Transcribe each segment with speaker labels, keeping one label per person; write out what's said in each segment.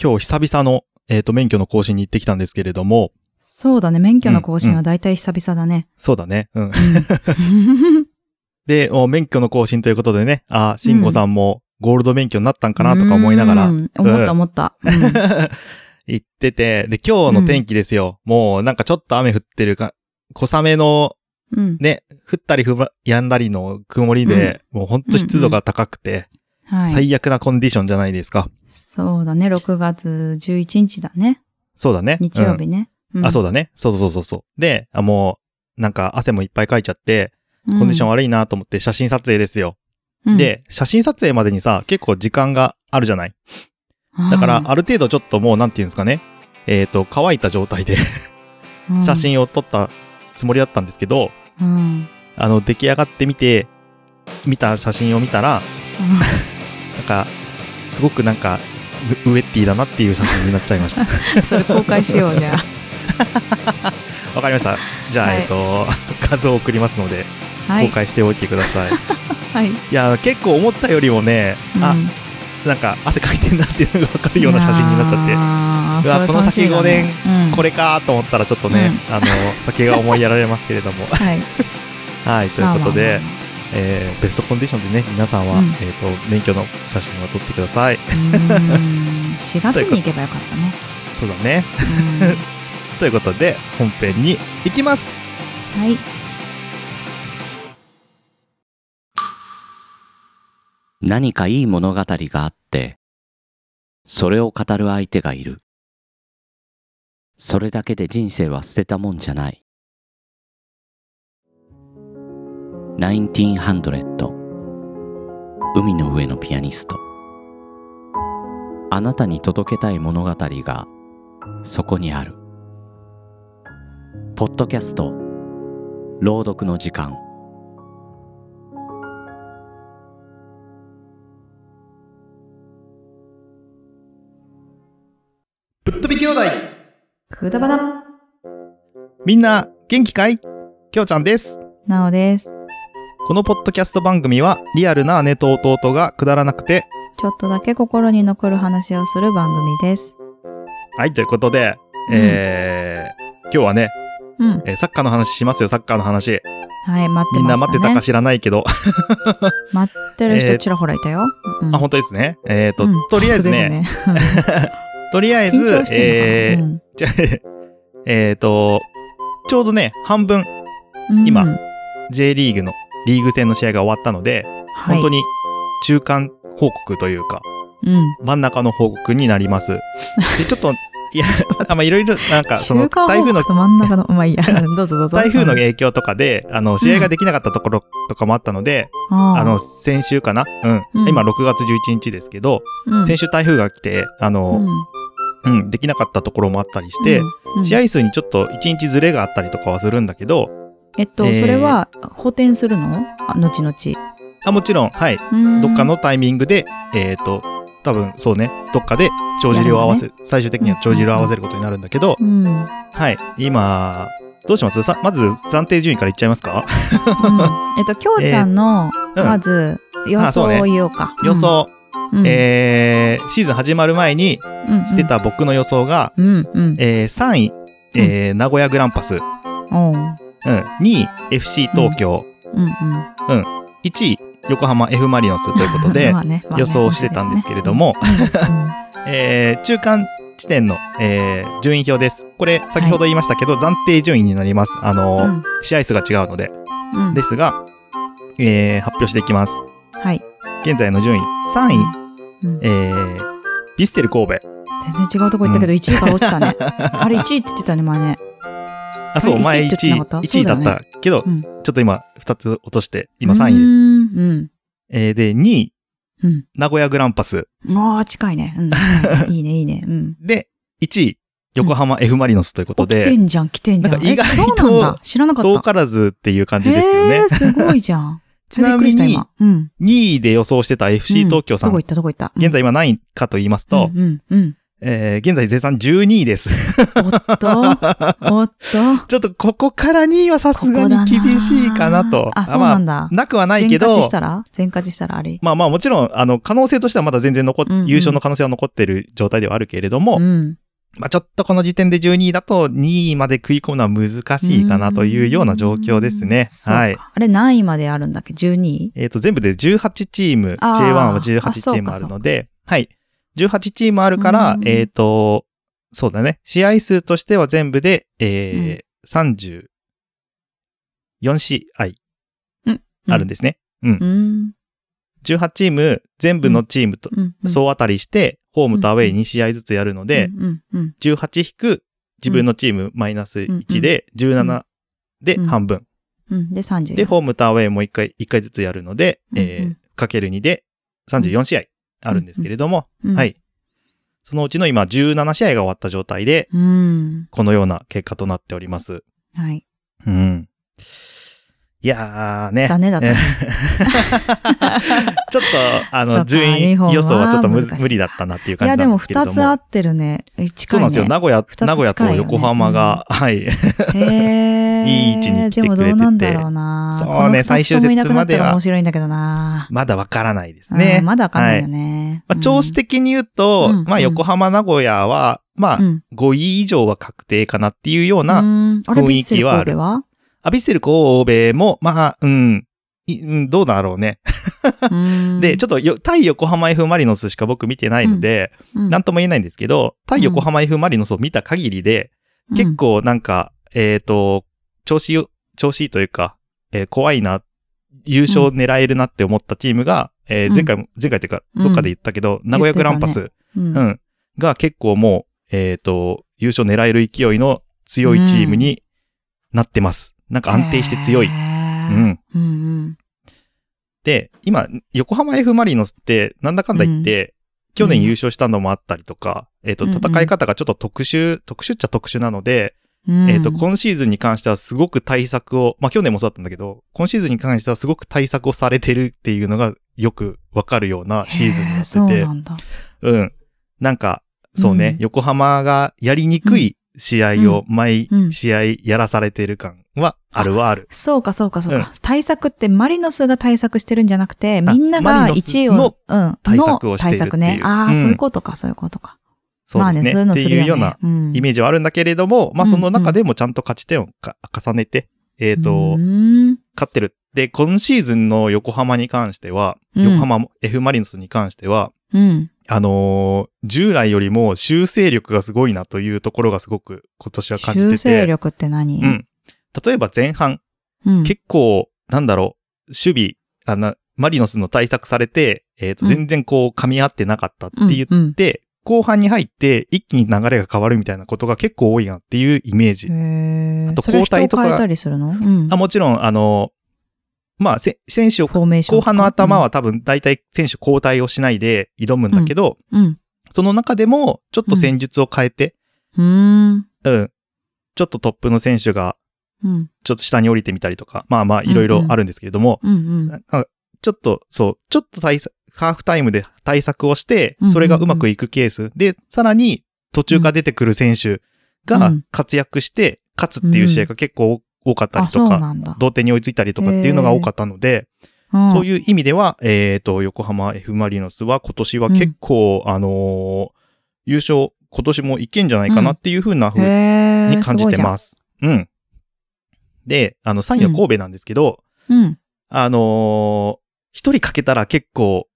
Speaker 1: 今日久々の、えっ、と、免許の更新に行ってきたんですけれども、
Speaker 2: そうだね。免許の更新はだいたい久々だね。
Speaker 1: そうだね。うん。で、お免許の更新ということでね、あ、慎吾さんもゴールド免許になったん かなとか思いながら、
Speaker 2: うん思った思った。うん
Speaker 1: 行ってて、で、今日の天気ですよ。もうなんかちょっと雨降ってるか、小雨の
Speaker 2: うん。
Speaker 1: ね、降ったりふま、やんだりの曇りで、もうほんと湿度が高くて、
Speaker 2: はい。
Speaker 1: 最悪なコンディションじゃないですか。
Speaker 2: そうだね。6月11日だね。
Speaker 1: そうだね。
Speaker 2: 日曜
Speaker 1: うん
Speaker 2: 日ね。
Speaker 1: あ、そう
Speaker 2: う
Speaker 1: だね。そうそうそうそう。で、あもう、なんか汗もいっぱいかいちゃって、
Speaker 2: だ
Speaker 1: コンディション悪いなと思って写真撮影ですよ。
Speaker 2: ン、
Speaker 1: で、写真撮影までにさ、結構時間があるじゃない。
Speaker 2: うん
Speaker 1: だから、、ある程度ちょっともう、なんていうんですかね。えっ、と、乾いた状態で
Speaker 2: うん
Speaker 1: 写。真を撮ったつもりだったんですけど、
Speaker 2: うんうん
Speaker 1: あの、出来上がってみて、見た写真を見たら、なんか、すごくなんか、ウウエッティだなっていう写真になっちゃいま した。
Speaker 2: それ公開しようじゃあ。
Speaker 1: わかりました。じゃあ、
Speaker 2: はい
Speaker 1: えっ、と、 画像を送りますので、
Speaker 2: はい。
Speaker 1: 公開しておいてください。
Speaker 2: はい。
Speaker 1: いや結構思ったよりもね、あ
Speaker 2: うん
Speaker 1: なんか汗かいてんなっていうのが分かるような写真になっちゃって、
Speaker 2: ゃ
Speaker 1: うわこの先5年、これ
Speaker 2: れ
Speaker 1: かーと思ったらちょっとね、あの先が思いやられますけれ ども
Speaker 2: 楽しみだねうん。はい。
Speaker 1: はいということで、
Speaker 2: ま
Speaker 1: えーベストコンディションでね皆さんは、
Speaker 2: うん
Speaker 1: えー、と免許の写真を撮ってください
Speaker 2: あまあま あ。うん4月に行けばよかったね。
Speaker 1: そうだね
Speaker 2: うん
Speaker 1: ということで本編に行きます
Speaker 2: はい。
Speaker 3: 何かいい物語があって、それを語る相手がいる。それだけで人生は捨てたもんじゃない。1900海の上のピアニストあなたに届けたい物語がそこにあるポッドキャスト朗読の時間
Speaker 1: ぶっ飛び兄弟
Speaker 2: くだばな。
Speaker 1: みんな元気かいきょうちゃんです
Speaker 2: なおです。
Speaker 1: このポッドキャスト番組はリアルな姉と弟がくだらなくて
Speaker 2: ちょっとだけ心に残る話をする番組です。
Speaker 1: はいということで、えー今日はね
Speaker 2: うん。
Speaker 1: えーサッカーの話しますよ、サッカーの話。
Speaker 2: はい、待ってました、ね。
Speaker 1: みんな待ってたか知らないけど。
Speaker 2: 待ってる
Speaker 1: えー
Speaker 2: 人ちらほらいたよ。うん
Speaker 1: あ、本当ですね。えっ、と、
Speaker 2: うん
Speaker 1: とりあえずね、
Speaker 2: 本当ですね
Speaker 1: とりあえ
Speaker 2: 緊張
Speaker 1: ず、
Speaker 2: して
Speaker 1: え
Speaker 2: る
Speaker 1: ー
Speaker 2: のか
Speaker 1: じゃあ えっと、ちょうどね、半分
Speaker 2: な、うん
Speaker 1: 今
Speaker 2: うん
Speaker 1: J リーグのリーグ戦の試合が終わったので、
Speaker 2: はい
Speaker 1: 本当に中間報告というか、
Speaker 2: うん
Speaker 1: 真ん中の報告になります。で、ちょっと、い や、あまあ、いろいろ、なんか、その、
Speaker 2: 中間
Speaker 1: 台風の
Speaker 2: 報告、と真ん中の、ま あいいや、どうぞどうぞ。
Speaker 1: 台風の
Speaker 2: うん
Speaker 1: 影響とかで、あの、試合ができなかったところとかもあったので、あの、、先週かなう。
Speaker 2: うんん
Speaker 1: 今、6月11日ですけど、
Speaker 2: うん
Speaker 1: 先週台風が来て、あの、うん、できなかったところもあったりして、、
Speaker 2: うん
Speaker 1: 試合数にちょっと1日ずれがあったりとかはするんだけど、
Speaker 2: えっと、
Speaker 1: えー
Speaker 2: それは補填するのあ後々。
Speaker 1: あもちろん、はい、
Speaker 2: うん
Speaker 1: どっかのタイミングで、えっ、と、多分そうね、どっかで帳尻を合わせ、最終的には帳尻を合わせることになるんだけど、
Speaker 2: うん。うん
Speaker 1: はい、今、どうしますさまず暫定順位からいっちゃいますか
Speaker 2: えっと、きょうちゃんの、
Speaker 1: うん
Speaker 2: まず、予
Speaker 1: あそ
Speaker 2: 想
Speaker 1: うね
Speaker 2: を言おうか。
Speaker 1: 予想、
Speaker 2: うん、うん
Speaker 1: えー、シーズン始まる前に
Speaker 2: うん
Speaker 1: してた僕の予想が、
Speaker 2: うんうん。
Speaker 1: えー、3位、えー、名古屋グランパス、うん、
Speaker 2: おう
Speaker 1: 2位、FC 東京、
Speaker 2: うんうん。、
Speaker 1: 1位、横浜 F ・マリノスということで
Speaker 2: あね まあね
Speaker 1: 予想してたんですけれども
Speaker 2: まあねですね
Speaker 1: えー中間地点の、えー順位表です。これ、先ほど言いましたけど、暫定順位になります。あの
Speaker 2: う
Speaker 1: ー
Speaker 2: ん
Speaker 1: 試合数が違うので。
Speaker 2: うんうん
Speaker 1: ですが、えー発表していきます。
Speaker 2: はい。
Speaker 1: 現在の順位、3位、
Speaker 2: うん
Speaker 1: えービステル神戸。
Speaker 2: 全然違うとこ行ったけど、1位から落ちた ね。あれ、1位って言ってたね、前ね。
Speaker 1: あ、そう、
Speaker 2: あれ
Speaker 1: 前1
Speaker 2: 1位って
Speaker 1: 位、
Speaker 2: 言ってなかった
Speaker 1: 1位だったけど、
Speaker 2: うん
Speaker 1: ちょっと今、2つ落として、今3位
Speaker 2: う
Speaker 1: です。
Speaker 2: ん
Speaker 1: えーで、2位、
Speaker 2: うん。
Speaker 1: 名古屋グランパス。
Speaker 2: うん。ああ、近いね。うん、 近いね。いいね、いいね。うん。
Speaker 1: で、1位、横浜 F ・マリノスということ
Speaker 2: お来
Speaker 1: で、
Speaker 2: てんじゃん、来てんじゃん。
Speaker 1: なんか意外と
Speaker 2: えそうなんだ。知らなか
Speaker 1: 遠
Speaker 2: っ
Speaker 1: からずっていう感
Speaker 2: た。
Speaker 1: じですよ
Speaker 2: へ
Speaker 1: ね
Speaker 2: ー。すごいじゃん。
Speaker 1: ちなみ
Speaker 2: びっくり
Speaker 1: に
Speaker 2: した、今うん。
Speaker 1: 2位で予想してた FC 東京さん、
Speaker 2: どこ行った、どこ行った。うん
Speaker 1: 現在今何位かと言いますと、
Speaker 2: うん、うん、うん。
Speaker 1: えー現在絶賛12位です。
Speaker 2: おっと、おっと。
Speaker 1: ちょっとここから2位はさすがに
Speaker 2: ここだな
Speaker 1: 厳しいかなと。
Speaker 2: あ、
Speaker 1: あ
Speaker 2: そうなんだ
Speaker 1: まあ、。なくはないけ
Speaker 2: 全
Speaker 1: ど
Speaker 2: 勝ちし、たら全勝ちしたらあれ。
Speaker 1: まあまあもちろん、あの、可能性としてはまだ全然残っ、
Speaker 2: うんうん
Speaker 1: 優勝の可能性は残ってる状態ではあるけれども、
Speaker 2: うん。
Speaker 1: まあちょっとこの時点で12位だと2位まで食い込むのは難しいかなというような状況ですね。
Speaker 2: うん
Speaker 1: はい
Speaker 2: そう。かあれ何位まであるんだっけ ?12 位
Speaker 1: えっ、と、全部で18チーム、J1
Speaker 2: あー
Speaker 1: は18
Speaker 2: あ
Speaker 1: チ
Speaker 2: そうか
Speaker 1: ームあるので、はい。18チームあるから
Speaker 2: う、ん
Speaker 1: えっ、と、そうだね。試合数としては全部で、えー34試合あるん
Speaker 2: で。
Speaker 1: ですね。
Speaker 2: うん。
Speaker 1: 18チーム、全部のチームと、
Speaker 2: うん。
Speaker 1: 総当たりして、ホームとアウェイ
Speaker 2: うん
Speaker 1: 2試合ずつやるの
Speaker 2: うん。
Speaker 1: で、
Speaker 2: うん。うん。
Speaker 1: 18引く自分のチームマイナス1で、
Speaker 2: うんう
Speaker 1: 17で半分。
Speaker 2: うん。で、30位。
Speaker 1: で、ホームとアウェイも1回、一回ずつやるので、えー
Speaker 2: うんうん
Speaker 1: かける2で34試合あるんですけれども、
Speaker 2: うん
Speaker 1: は。い。そのうちの今17試合が終わった状態で、
Speaker 2: うん。
Speaker 1: このような結果となっております。
Speaker 2: はい。
Speaker 1: うん。いやーね。
Speaker 2: だねだとね
Speaker 1: ちょっと、あ
Speaker 2: そ
Speaker 1: の、
Speaker 2: うか
Speaker 1: 順位予
Speaker 2: 日本は
Speaker 1: 想はちょっとむ
Speaker 2: 難しい
Speaker 1: 無理だったなっていう
Speaker 2: い
Speaker 1: 感
Speaker 2: や、
Speaker 1: じ
Speaker 2: で
Speaker 1: なん
Speaker 2: も
Speaker 1: ですけれ
Speaker 2: 2
Speaker 1: ども。
Speaker 2: つ合ってるね。え近
Speaker 1: そ
Speaker 2: いう
Speaker 1: な
Speaker 2: ね。
Speaker 1: んですよ。名古屋、
Speaker 2: 二つ近いよね
Speaker 1: 名古屋と横浜が、はい。
Speaker 2: へー
Speaker 1: いい位置に来てくれてて
Speaker 2: でもどうなんだろうな。
Speaker 1: そうね
Speaker 2: この二つ
Speaker 1: 最終
Speaker 2: ともいな
Speaker 1: 節
Speaker 2: くな
Speaker 1: ま
Speaker 2: った
Speaker 1: で
Speaker 2: ら
Speaker 1: は
Speaker 2: 面白いんだけどな。
Speaker 1: まだわからないです
Speaker 2: う
Speaker 1: ね
Speaker 2: ん。まだわかんないよね。
Speaker 1: まあ、
Speaker 2: うん
Speaker 1: 調子。的に言うと、
Speaker 2: うん
Speaker 1: まあ、
Speaker 2: うん
Speaker 1: 横浜、名古屋は、まあ
Speaker 2: う、ん。
Speaker 1: 5位以上は確定かなっていうような、
Speaker 2: うんあれ、
Speaker 1: 雰
Speaker 2: ビッ
Speaker 1: 囲
Speaker 2: セ
Speaker 1: 気
Speaker 2: ル
Speaker 1: はある
Speaker 2: 神戸は
Speaker 1: アビセル神戸も、まあ、うん、いうんどうだろうね。で、ちょ
Speaker 2: ょ
Speaker 1: っとよ、対横浜 F ・マリノスしか僕見てないので、
Speaker 2: っと
Speaker 1: なんとも言えないんですけど、対横浜 F ・マリノスを見た限りで、結構なんか、えっ、と、調子よ、調子いいというか、えー怖いな、優勝狙えるなって思ったチームが、えー
Speaker 2: うん
Speaker 1: 前回も、前回というか、どっかで言ったけど、名古屋グランパス、
Speaker 2: うん
Speaker 1: う。ん、が結構もう、えっ、と、優勝狙える勢いの強いチームになってます。なんか安定して強い。
Speaker 2: へ
Speaker 1: う
Speaker 2: ー
Speaker 1: ん。
Speaker 2: うんうん。
Speaker 1: で、今、横浜 F ・マリノスって、なんだかんだ言って、去年優勝したのもあったりとか、えっ、と、
Speaker 2: うんうん
Speaker 1: 戦い方がちょっと特殊、特殊っちゃ特殊なので、
Speaker 2: うん
Speaker 1: えっ、と、今シーズンに関してはすごく対策を、まあ去年もそうだったんだけど、今シーズンに関してはすごく対策をされてるっていうのがよくわかるようなシーズンになってて、
Speaker 2: へーそうなんだ。
Speaker 1: うん。なんか、そうね、
Speaker 2: うん
Speaker 1: 横浜がやりにくい試合を毎
Speaker 2: うん
Speaker 1: 試合やらされてる感はあるはある。
Speaker 2: そうか、そうか、そう
Speaker 1: うん
Speaker 2: か。対策って、マリノスが対策してるんじゃなくて、みんな
Speaker 1: マ
Speaker 2: が
Speaker 1: リノス
Speaker 2: 1位を、
Speaker 1: の
Speaker 2: うん
Speaker 1: 対策をしている
Speaker 2: の対策
Speaker 1: って
Speaker 2: ね
Speaker 1: い。う
Speaker 2: あ
Speaker 1: う
Speaker 2: あ、
Speaker 1: ん
Speaker 2: そういうことか、そういうことか。
Speaker 1: そうです
Speaker 2: まあね、そうい
Speaker 1: ね。
Speaker 2: う
Speaker 1: っ
Speaker 2: の
Speaker 1: て
Speaker 2: する
Speaker 1: いう
Speaker 2: よ、ね。
Speaker 1: ような
Speaker 2: うん
Speaker 1: イメージはあるんだけれども、まあ
Speaker 2: うん
Speaker 1: その中でもちゃんと勝ち点をか重ねて、えっ、と、
Speaker 2: うん
Speaker 1: 勝ってる。で、今シーズンの横浜に関しては、
Speaker 2: うん
Speaker 1: 横浜 F ・マリノスに関しては、
Speaker 2: うん。
Speaker 1: あのー従来よりも修正力がすごいなというところがすごく今年は感じてて。
Speaker 2: 修正力って何
Speaker 1: うん。例えば前半、
Speaker 2: うん。
Speaker 1: 結構、なんだろう、守備、あな、マリノスの対策されて、えっ、と、
Speaker 2: うん
Speaker 1: 全然こう、噛み合ってなかったって言っ
Speaker 2: うんうん
Speaker 1: て、後半に入って、一気に流れが変わるみたいなことが結構多いなっていうイメージ。
Speaker 2: へー
Speaker 1: あと
Speaker 2: それ
Speaker 1: 交代とか
Speaker 2: 人を変えたりするのうん
Speaker 1: あ、もちろん、あの、まあ、せ選手を、
Speaker 2: フォーメーション
Speaker 1: 後
Speaker 2: とか
Speaker 1: 半の頭は多分、大体選手交代をしないで挑むんだけど、
Speaker 2: うん。
Speaker 1: その中でも、ちょっと戦術を変えて、
Speaker 2: うん。
Speaker 1: うん、ちょっとトップの選手が、
Speaker 2: うん。
Speaker 1: ちょっと下に降りてみたりとか、まあまあ、いろいろあるんですけれども、
Speaker 2: うん。うん。
Speaker 1: なんかちょっと、そう、ちょっと対策、ハーフタイムで対策をして
Speaker 2: うんうんう、ん
Speaker 1: それがうまくいくケース。で、さらに途中から出てくる選手が
Speaker 2: うん
Speaker 1: 活躍して、勝つっていう試合が結構多かったり
Speaker 2: あ、そ
Speaker 1: と
Speaker 2: う
Speaker 1: か、
Speaker 2: なんだ。
Speaker 1: 同点に追いついたりとかっていうのが多かったので、そう
Speaker 2: い
Speaker 1: いう意味では、えっと、横浜 F ・マリノスは今年は結構、あのー、優勝、今年もいけんじゃないかなっていうふうな
Speaker 2: うん。
Speaker 1: 風
Speaker 2: へ。
Speaker 1: に感じてますす。うん。で、あの、3位は神戸なんですけど、
Speaker 2: ごいじゃんうん。
Speaker 1: あのー一人かけたら結構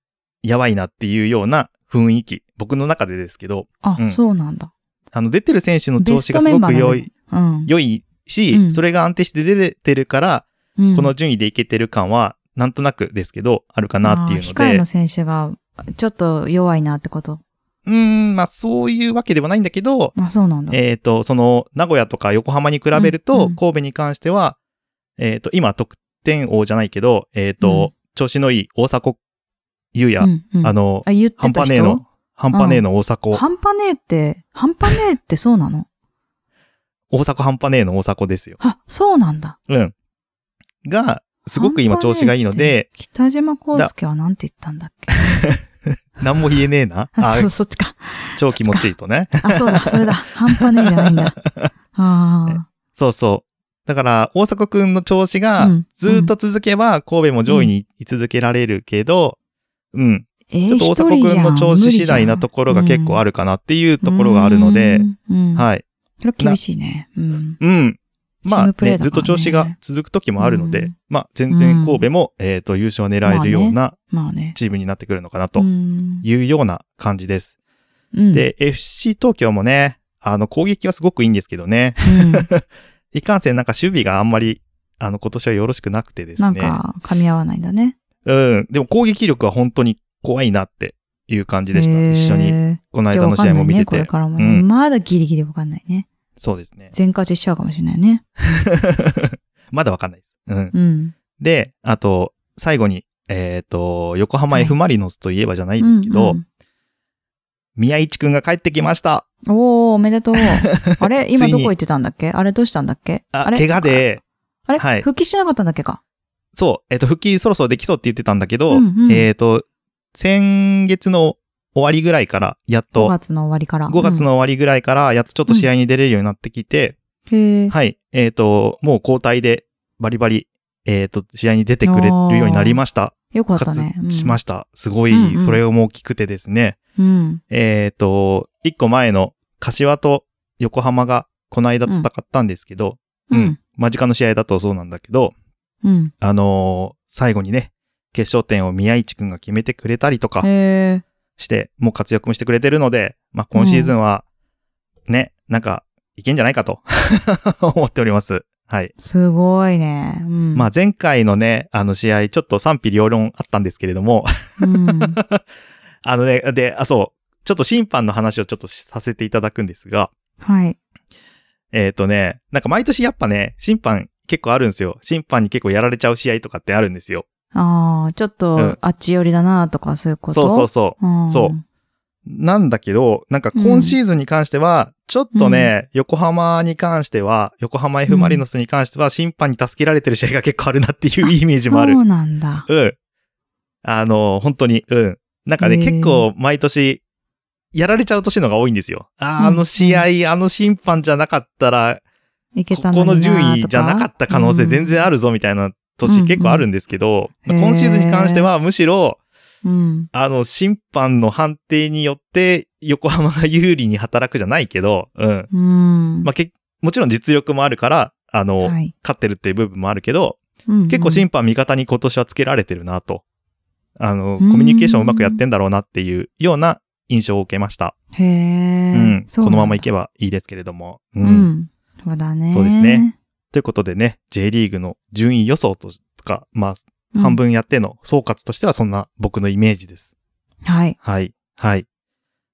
Speaker 1: やばいなっていうような雰囲気。僕の中でですけど、
Speaker 2: あ、
Speaker 1: うん
Speaker 2: そうなんだ。
Speaker 1: あの、出てる選手の調
Speaker 2: ベ
Speaker 1: 子
Speaker 2: ス
Speaker 1: が
Speaker 2: ト
Speaker 1: す
Speaker 2: メ
Speaker 1: ご
Speaker 2: ンバ
Speaker 1: く
Speaker 2: ー
Speaker 1: 良
Speaker 2: だ
Speaker 1: い
Speaker 2: ね、うん。
Speaker 1: 良いし、
Speaker 2: うん
Speaker 1: それが安定して出てるから、
Speaker 2: うん
Speaker 1: この順位でいけてる感は、なんとなくですけど、あるかなっていうの
Speaker 2: あー控え
Speaker 1: で
Speaker 2: の。選手が、ちょっと弱いなってこと。
Speaker 1: うーん、まあそういうわけではないんだけど、
Speaker 2: あ、そうなんだ。
Speaker 1: えっ、と、その、名古屋とか横浜に比べる
Speaker 2: うん
Speaker 1: と、
Speaker 2: うん
Speaker 1: 神戸に関しては、えっ、と、今得点王じゃないけど、えっ、と、調子のいい大迫優也、
Speaker 2: うんうん
Speaker 1: あ、の、
Speaker 2: あ言ってた
Speaker 1: 半
Speaker 2: 人
Speaker 1: 端ねえの、半端ねえの大迫。
Speaker 2: 半端ねえって、半端ねえってそうなの
Speaker 1: 大阪半端ねえの大迫ですよ。
Speaker 2: あ、そうなんだ。
Speaker 1: うん。が、すごく今調子がいいので、
Speaker 2: 北島康介はなんて言ったんだっけ
Speaker 1: 何も言えねえ な。
Speaker 2: あ
Speaker 1: あ
Speaker 2: そう、そっちか。
Speaker 1: 超気持ちいいとね。
Speaker 2: あ、そうだ、それだ。半端ねえじゃないんだ。あ
Speaker 1: そうそう。だから、大迫くんの調子
Speaker 2: あ。
Speaker 1: が
Speaker 2: う、ん
Speaker 1: ずっと続けば、神戸も上位に居続けられるけど、うん。
Speaker 2: えー
Speaker 1: ちょっと大迫くんの調子次第なところが結構あ
Speaker 2: る
Speaker 1: るかなっていうところがあるので、、
Speaker 2: うんい。
Speaker 1: はい。
Speaker 2: それは厳しいね。うん。
Speaker 1: うん。まあ、
Speaker 2: チームプレ
Speaker 1: ね、
Speaker 2: ーだ
Speaker 1: ず
Speaker 2: からね
Speaker 1: っと調子が続く時もあるので、
Speaker 2: うん
Speaker 1: まあ、全然神戸も、えっ、と、優勝を狙えるような
Speaker 2: まあね。
Speaker 1: チームになってくるのかな
Speaker 2: う
Speaker 1: と
Speaker 2: ん
Speaker 1: いうような感じです。
Speaker 2: うん、
Speaker 1: で、FC 東京もね、あの、攻撃はすごくいいんですけど ね、
Speaker 2: うん、
Speaker 1: いかんせんなんか守備があんまり、あの、今年はよろしくなくてですね。
Speaker 2: なんか、噛み合わないんだね。
Speaker 1: うん。でも攻撃力は本当に怖いなっていう感じでした。
Speaker 2: へー
Speaker 1: 一緒に、。この
Speaker 2: で
Speaker 1: 間の
Speaker 2: わかん
Speaker 1: 試
Speaker 2: な
Speaker 1: 合
Speaker 2: い
Speaker 1: も見
Speaker 2: ね
Speaker 1: て
Speaker 2: こ
Speaker 1: て。
Speaker 2: れからも
Speaker 1: う
Speaker 2: ね。
Speaker 1: ん
Speaker 2: まだギリギリわかんないね。
Speaker 1: そうですね。
Speaker 2: 全勝ちしちゃうかもしれないね。
Speaker 1: まだわかんないです。うん。
Speaker 2: うん。
Speaker 1: で、あと、最後に、えっ、と、横浜
Speaker 2: はい
Speaker 1: F ・マリノスといえばじゃないんですけど、
Speaker 2: うん
Speaker 1: 宮市くんが帰ってきました。
Speaker 2: うんおー、おめでとう。あれ 今
Speaker 1: ついに
Speaker 2: どこ行ってたんだっけあれどうしたんだっけ
Speaker 1: あ
Speaker 2: れ
Speaker 1: 怪我。で、
Speaker 2: あれ
Speaker 1: はい
Speaker 2: 復帰してなかったんだっけか
Speaker 1: そう、えっ、と、復帰そろそろできそうって言ってたんだけど、
Speaker 2: うんうん
Speaker 1: えっ、と、先月の終わりぐらいから、やっ
Speaker 2: ?5
Speaker 1: と、
Speaker 2: 月の終わりから。
Speaker 1: 5月の終わりぐらいから、やっとちょっと試合に出れるようになってきて、
Speaker 2: うん。へー
Speaker 1: はい。えっ、と、もう交代でバリバリ、えっ、と、試合に出てくれるようになりました。
Speaker 2: よかっ
Speaker 1: 復
Speaker 2: た
Speaker 1: 活
Speaker 2: ね。
Speaker 1: しました。すごい、
Speaker 2: うんうん
Speaker 1: それをもう大きくてですね。
Speaker 2: た。うん。
Speaker 1: えっ、と、一個前の柏と横浜がこの間戦ったんですけど、
Speaker 2: う
Speaker 1: うんん。間近の試合だとそうなんだけど、
Speaker 2: うん。
Speaker 1: あのー最後にね、決勝点を宮市くんが決めてくれたりとか
Speaker 2: へえ。
Speaker 1: して、もう活躍もしてくれてるので、まあ、今シーズンは、ね、なんか、いけんじゃないかと 思っております。はい。
Speaker 2: すごいね。うん。
Speaker 1: まあ、前回のね、あの試合、ちょっと賛否両論あったんですけれども、
Speaker 2: うん。
Speaker 1: あのね、で、あ、そう、ちょっと審判の話をちょっとさせていただくんですが、
Speaker 2: はい。
Speaker 1: えっ、とね、なんか毎年やっぱね、審判結構あるんですよ。審判に結構やられちゃう試合とかってあるんですよ。
Speaker 2: ああ、ちょっ
Speaker 1: うん
Speaker 2: と、あっち寄りだなとか、そういうこ
Speaker 1: そ
Speaker 2: と。
Speaker 1: うそうそう。
Speaker 2: うん。
Speaker 1: そうなんだけど、なんか今シーズンに関しては、ちょっとね、横浜に関しては、横浜 F ・マリノスに関しては、審判に助けられてる試合が結構あるなっていうイメージもある
Speaker 2: そ。うなんだ。
Speaker 1: うん。あの、本当に、うん。なんかね、
Speaker 2: へー
Speaker 1: 結構毎年、やられちゃう年のが多いんですよ。あ
Speaker 2: うん
Speaker 1: ーあの試合、あの審判じゃなかったら、
Speaker 2: いけ
Speaker 1: こ
Speaker 2: た
Speaker 1: こ
Speaker 2: のにな
Speaker 1: の
Speaker 2: とか
Speaker 1: 順位じゃなかった可能性全然あるぞみたいな
Speaker 2: う
Speaker 1: 年
Speaker 2: ん
Speaker 1: 結構あるんですけど、
Speaker 2: うんうん
Speaker 1: 今シーズンに関してはむしろ、
Speaker 2: うん。
Speaker 1: あの審判の判定によって横浜が有利に働くじゃないけど、うん。
Speaker 2: うん。
Speaker 1: まあ、けもちろん実力もあるから、あの、
Speaker 2: はい
Speaker 1: 勝ってるっていう部分もあるけど、結構
Speaker 2: 心
Speaker 1: 審判味方に今年はつけられてるなと。あの、
Speaker 2: ん
Speaker 1: コミュニケーションうまくやってんだろうなっていうような印象を受けました。
Speaker 2: 配。
Speaker 1: う
Speaker 2: へえ
Speaker 1: ん。。このままい
Speaker 2: ば。
Speaker 1: けばいいですけれども。うん。
Speaker 2: うん。そうだね。
Speaker 1: そうですね。ということでね、J リーグの順位予想とか、まあ、半。分やっての総括としてはそんな僕のイメージです。
Speaker 2: はい。
Speaker 1: はい。はい。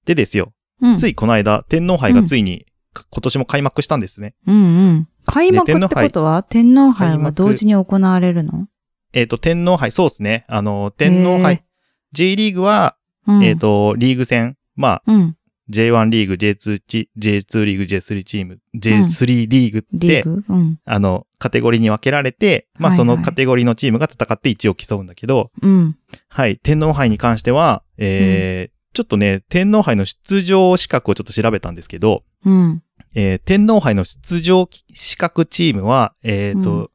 Speaker 1: でですよ、
Speaker 2: うん
Speaker 1: ついこの間、天皇杯がついに、か今年も開幕したんですね。
Speaker 2: うんうん。開幕ってことは、天皇杯は同時に行われるの
Speaker 1: えっ、と、天皇杯、そうですね。あの、天皇
Speaker 2: へー
Speaker 1: 杯、J リーグは、
Speaker 2: うん
Speaker 1: えっ、と、リーグ戦、まあ、
Speaker 2: うん。
Speaker 1: J1 リーグ、J2 チ、J2 リーグ、J3 チーム、J3 リーグって、
Speaker 2: リーグうん。
Speaker 1: あの、カテゴリーに分けられて、まあ
Speaker 2: はい
Speaker 1: そ
Speaker 2: はい
Speaker 1: のカテゴリーのチームが戦って1を競うんだけど、
Speaker 2: うん。
Speaker 1: はい、天皇杯に関しては、えーちょっとね、天皇杯の出場資格をちょっと調べたんですけど、
Speaker 2: うん。
Speaker 1: えー天皇杯の出場資格チームは、えっ、と、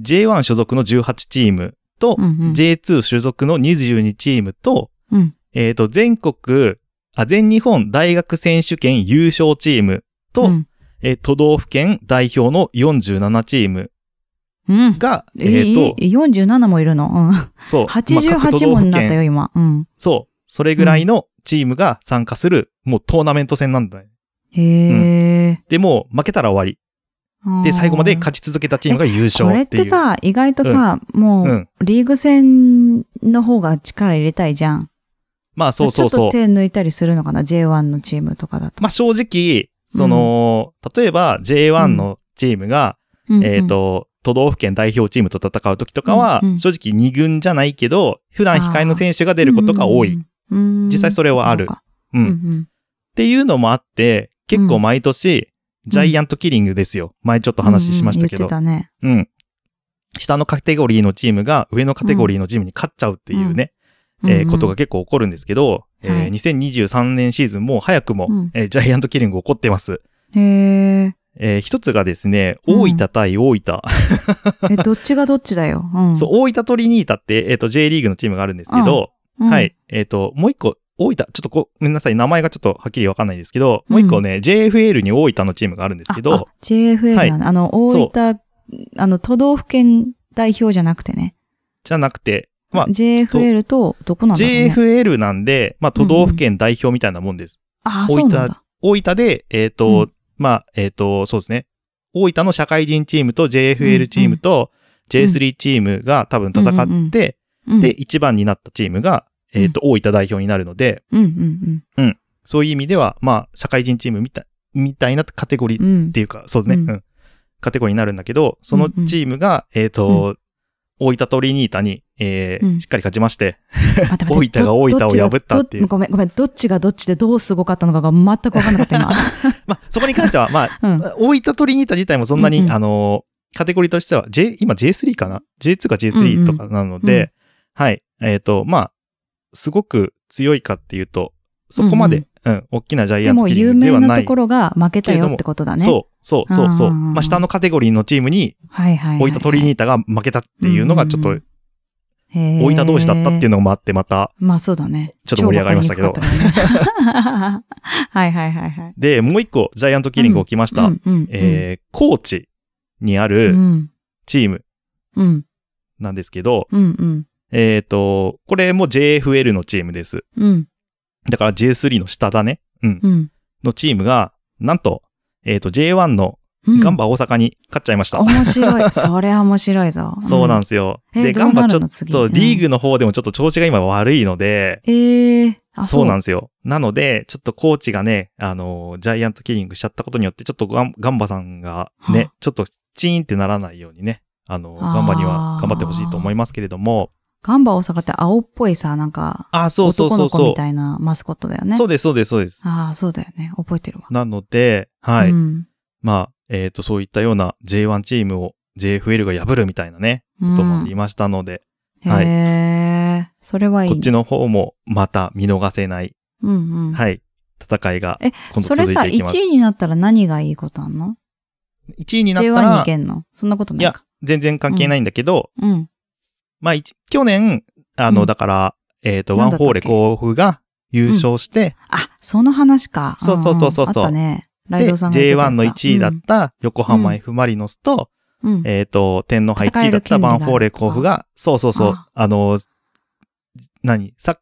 Speaker 1: J1 所属の18チームと、
Speaker 2: うんうん
Speaker 1: J2 所属の22チームと、
Speaker 2: うん
Speaker 1: えっ、と、全国、あ、全日本大学選手権優勝チームと、
Speaker 2: うん
Speaker 1: えー都道府県代表の47チーム
Speaker 2: うん。
Speaker 1: が、
Speaker 2: え
Speaker 1: えっ、と、
Speaker 2: いい47もいるの。うん。
Speaker 1: そう、まあ各
Speaker 2: 88
Speaker 1: 都道
Speaker 2: も
Speaker 1: 府
Speaker 2: になった
Speaker 1: 県
Speaker 2: よ、今。うん。
Speaker 1: そう、それぐらいのチームが参加する、もうトーナメント戦なんだよ。
Speaker 2: へえ。
Speaker 1: で、もう負けたら終わり。で、最後まで勝ち続けたチームが優
Speaker 2: こ
Speaker 1: 勝
Speaker 2: れ
Speaker 1: っ
Speaker 2: って
Speaker 1: いう。
Speaker 2: てさ、意外とさ、も
Speaker 1: う
Speaker 2: う、
Speaker 1: ん。
Speaker 2: リーグ戦の方が力入れたいじゃん。
Speaker 1: まあそうそう
Speaker 2: ち
Speaker 1: そ
Speaker 2: ょっと
Speaker 1: う。
Speaker 2: 手抜いたりするのかな、J1 のチームとかだと。
Speaker 1: まあ正直、その、例えば J1 のチームが、
Speaker 2: うん
Speaker 1: えっ、、と、都道府県代表チームと戦うときとかは、
Speaker 2: うんうん
Speaker 1: 正直2軍じゃないけど、普段控えの選手が出
Speaker 2: 出
Speaker 1: ることが多い。。
Speaker 2: うん
Speaker 1: 実際それはある。
Speaker 2: そうか
Speaker 1: うん、
Speaker 2: うんう
Speaker 1: っ
Speaker 2: ん。
Speaker 1: ていうのもあって、結構毎年、ジャイアントキリングですよ。前ちょっと話しましたけど。
Speaker 2: うんうん言ってたね。
Speaker 1: うん。下のカテゴリーのチームが上のカテゴリーのチームに勝っちゃうっていうね、えー
Speaker 2: うんうん
Speaker 1: ことが結構起こるんですけど、えー
Speaker 2: はい
Speaker 1: 2023年シーズンも早くも、
Speaker 2: うん
Speaker 1: えージャイアントキリング起こってます。
Speaker 2: へえ。
Speaker 1: えー一つがですね、
Speaker 2: うん
Speaker 1: 大分対大分。
Speaker 2: え、どっちがどっちだよ。うん。
Speaker 1: そう、大分トリニータって、えっ、と、J リーグのチームがあるんですけど、
Speaker 2: うん。
Speaker 1: はい。えっ、と、もう一個、大分、ちょっとごごめんなさい、名前がちょっとはっきりわかんないですけど、もう一個ね、JFL に大分のチームがあるんです
Speaker 2: あ。
Speaker 1: け
Speaker 2: あ
Speaker 1: ど、
Speaker 2: JFL
Speaker 1: はい
Speaker 2: なんだあの、大分、あの、都道府県代表じゃなくてね。
Speaker 1: じゃなくて、まあ、
Speaker 2: JFL と、どこなんだろうね。
Speaker 1: JFL なんで、まあ、都道府県代表みたいなもんです。
Speaker 2: あ、そうなんだ。
Speaker 1: 大分で、えっ、
Speaker 2: う
Speaker 1: と、まあ、えっ、と、そうですね。大分の社会人チームと JFL チームと J3 チームが多分戦って、
Speaker 2: うんうんうん
Speaker 1: で、
Speaker 2: うん。
Speaker 1: 1番になったチームが、えっ、と、大分代表になるので、
Speaker 2: うんうん
Speaker 1: そういう意味では、まあ、社会人チームみたい、みたいなカテゴリー
Speaker 2: うん。うん
Speaker 1: っていうか、そうね、
Speaker 2: うん
Speaker 1: うんカテゴリーになるんだけど、そのチームが、えっ、と、大分トリニータに、えー
Speaker 2: うん
Speaker 1: しっかり勝ちまして、
Speaker 2: 待って待って
Speaker 1: 大分が大分を
Speaker 2: どっち
Speaker 1: 破ったっていう
Speaker 2: どごめん、ごめん。どっちがどっちでどうすごかったのかが全くわかんなかった、今。
Speaker 1: まあ、そこに関して は、まあ、
Speaker 2: うん。
Speaker 1: 大分トリニータ自体もそんなに、
Speaker 2: うんうん
Speaker 1: あのー、カテゴリーとしては、J、今 J3 かな ?J2 か
Speaker 2: うんう
Speaker 1: J3
Speaker 2: ん
Speaker 1: とかなので、
Speaker 2: うん
Speaker 1: はい。えっ、と、まあ、すごく強いかっていうと、そこまで、うん、大きなジャイ
Speaker 2: で
Speaker 1: アント
Speaker 2: も、
Speaker 1: キリ
Speaker 2: 有
Speaker 1: ングで
Speaker 2: 名
Speaker 1: は
Speaker 2: な
Speaker 1: な
Speaker 2: と
Speaker 1: い。
Speaker 2: ころが負けたよってことだね。
Speaker 1: そう、そう、そう、そう。
Speaker 2: うんうんうん
Speaker 1: まあ、下のカテゴリーのチームに、
Speaker 2: う。はいはいはい、
Speaker 1: 大分トリニータが負けたっていうのが、ちょっと、
Speaker 2: 大
Speaker 1: 大分同士だったっていう
Speaker 2: の。
Speaker 1: のもあって、また。
Speaker 2: まあそうだね。
Speaker 1: ちょっと盛り上がりましたけど
Speaker 2: 超わかりにくかったからね はいはいはいはい。
Speaker 1: で、もう一個、ジャイアントキリング起きました。
Speaker 2: うんうん
Speaker 1: えー、高知にあ
Speaker 2: う
Speaker 1: る
Speaker 2: ん
Speaker 1: チーム
Speaker 2: うん
Speaker 1: なんですけど、
Speaker 2: うんうん
Speaker 1: えっ、と、これも JFL のチームです。
Speaker 2: うん
Speaker 1: だから J3 の下だね。うん。
Speaker 2: うん
Speaker 1: のチームが、なんと、えっ、と、J1 の
Speaker 2: うん。
Speaker 1: ガンバ大阪に勝っちゃいました。
Speaker 2: 面白い。それは面白いぞ。
Speaker 1: そうなん
Speaker 2: ん
Speaker 1: ですよ。
Speaker 2: え
Speaker 1: で、
Speaker 2: ど
Speaker 1: ガ
Speaker 2: う
Speaker 1: ン
Speaker 2: な
Speaker 1: バち
Speaker 2: る
Speaker 1: ょ
Speaker 2: の
Speaker 1: っ
Speaker 2: 次
Speaker 1: と、
Speaker 2: うん
Speaker 1: リーグの方でもちょっと調子が今悪いので、
Speaker 2: ええあ、
Speaker 1: そうなん
Speaker 2: ん
Speaker 1: ですよ。なので、ちょっとコーチがね、あのージャイアントキリングしちゃったことによって、ちょっとガンガンバさんがね
Speaker 2: は、
Speaker 1: ちょっとチーンってならないようにね、あのー
Speaker 2: あー
Speaker 1: ガンバには頑張ってほしいと思いますけれども、
Speaker 2: ガンバ大阪って青っぽいさ、なんか、
Speaker 1: あー、そうそう
Speaker 2: 男
Speaker 1: そう
Speaker 2: の子み
Speaker 1: そ
Speaker 2: たいなマスコットだよ
Speaker 1: う。
Speaker 2: ね。
Speaker 1: そうです、そうです、そうです。
Speaker 2: ああ、そうだよね。覚えてるわ。
Speaker 1: なので、はい。
Speaker 2: うん
Speaker 1: まあ、えっ、と、そういったような J1 チームを JFL が破るみたいなね、
Speaker 2: うん
Speaker 1: こともありましたので、はい
Speaker 2: へえ、それはいいね。
Speaker 1: こっちの方もまた見逃せない、
Speaker 2: うんうん。
Speaker 1: はい、戦いが
Speaker 2: え
Speaker 1: 今
Speaker 2: そ
Speaker 1: 度続
Speaker 2: れ
Speaker 1: い
Speaker 2: さ、
Speaker 1: ていき
Speaker 2: 1
Speaker 1: ます。
Speaker 2: 位になったら何がいいことあんの
Speaker 1: 1位になった
Speaker 2: ?J1 に行
Speaker 1: ら、
Speaker 2: けんのそんなこと
Speaker 1: い
Speaker 2: ない
Speaker 1: や
Speaker 2: か。、
Speaker 1: 全然関係ないんだけど、
Speaker 2: うん。
Speaker 1: まあ、一去年、あの、
Speaker 2: うん
Speaker 1: だから、えっ、と、
Speaker 2: な
Speaker 1: ワ
Speaker 2: ん
Speaker 1: ン
Speaker 2: だった
Speaker 1: ホ
Speaker 2: っけ
Speaker 1: ーレ甲府が優勝して、
Speaker 2: あ、その話か。
Speaker 1: そうそうそうそうん
Speaker 2: んあったね。ライ
Speaker 1: で、
Speaker 2: ドウさんが言ってた
Speaker 1: J1
Speaker 2: さ
Speaker 1: の1位だった横浜 F ・マリノスと、
Speaker 2: うん。うん
Speaker 1: えっ、と、天皇杯1位だったワンホーレ甲府が、そうそうそう、あ
Speaker 2: あ
Speaker 1: の、何さ、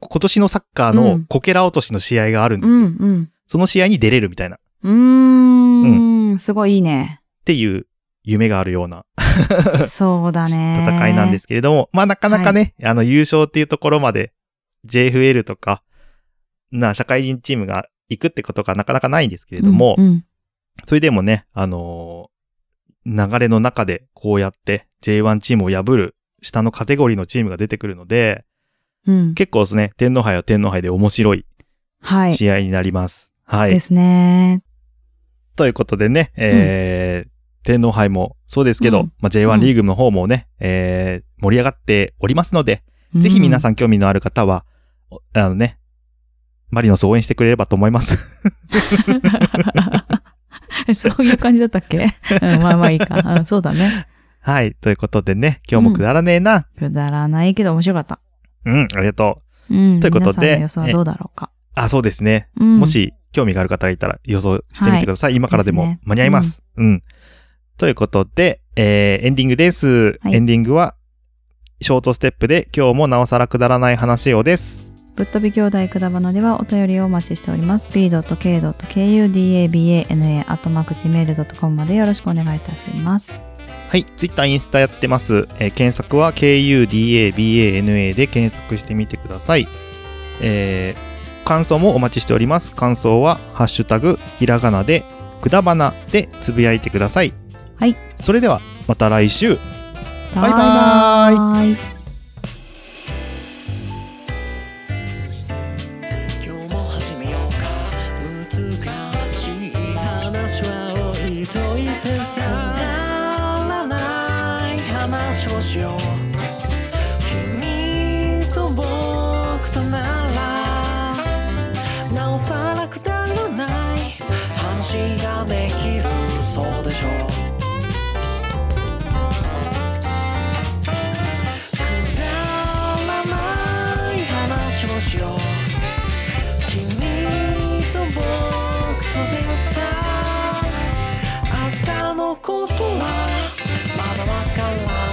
Speaker 1: 今年のサッカー
Speaker 2: う
Speaker 1: の
Speaker 2: ん
Speaker 1: こけら落としの試合があるんで
Speaker 2: う
Speaker 1: すよ。
Speaker 2: ん
Speaker 1: その試合に出れるみたいな、っ
Speaker 2: うん。うーん。すごいい いね。
Speaker 1: ていう夢があるような
Speaker 2: そうだね。
Speaker 1: 戦いなんですけれども、まあなかなかね、あの優勝っていうところまで JFL とか、な、社会人チームが行くってことがなかなかないんですけ
Speaker 2: け
Speaker 1: れども、
Speaker 2: うんうん
Speaker 1: それでもね、あのー流れの中でこうやって J1 チームを破る下のカテゴリーのチームが出てくるので、
Speaker 2: うん。
Speaker 1: 結構ですね、天皇杯は天皇杯で面白い
Speaker 2: はい。
Speaker 1: 試合になります。はい。
Speaker 2: ですね。
Speaker 1: ということでね、えー天皇杯もそうですけど、
Speaker 2: うん
Speaker 1: まあ、
Speaker 2: う
Speaker 1: J1
Speaker 2: ん
Speaker 1: リーグの方もね、えー盛り上がっておりますので、ぜひ皆
Speaker 2: ん。
Speaker 1: さん興味のある方は、おあのね、マリノス応援してくれればと思います。
Speaker 2: え そういう感じだったっけうんまあまあいいか。うんそうだね。
Speaker 1: はい。ということでね、今日もくだらねえな。
Speaker 2: くだらないけど面白かった。
Speaker 1: うん、ありがとう。
Speaker 2: うん。
Speaker 1: ということで
Speaker 2: 皆さんの予想はどうだろうか。
Speaker 1: あ、そうですね。
Speaker 2: うん
Speaker 1: も、し興味がある方がいたら予想してみてください。今からで
Speaker 2: です
Speaker 1: も
Speaker 2: ね
Speaker 1: 間に合います。うん、ということで、えーエンディングです。
Speaker 2: はい
Speaker 1: エンディングは、ショートステップで今日もなおさらくだらない話をです。
Speaker 2: ぶっ飛び兄弟くだばなではお便りをお待ちしております。b.k.kudabana.gmail.com までよろしくお願いいたします。
Speaker 1: はい、ツイッター、インスタやってます。えー検索は KUDABANA で検索してみてください。えー感想もお待ちしております。感想は、ハッシュタグ、ひらがなで、くだばなでつぶやいてください。
Speaker 2: はい。
Speaker 1: それでは、また来週。バイバーイ
Speaker 2: バイ
Speaker 4: 今日も始めようか難しい話は置いといてさくだらない話をしよう君と僕のことはまだわからない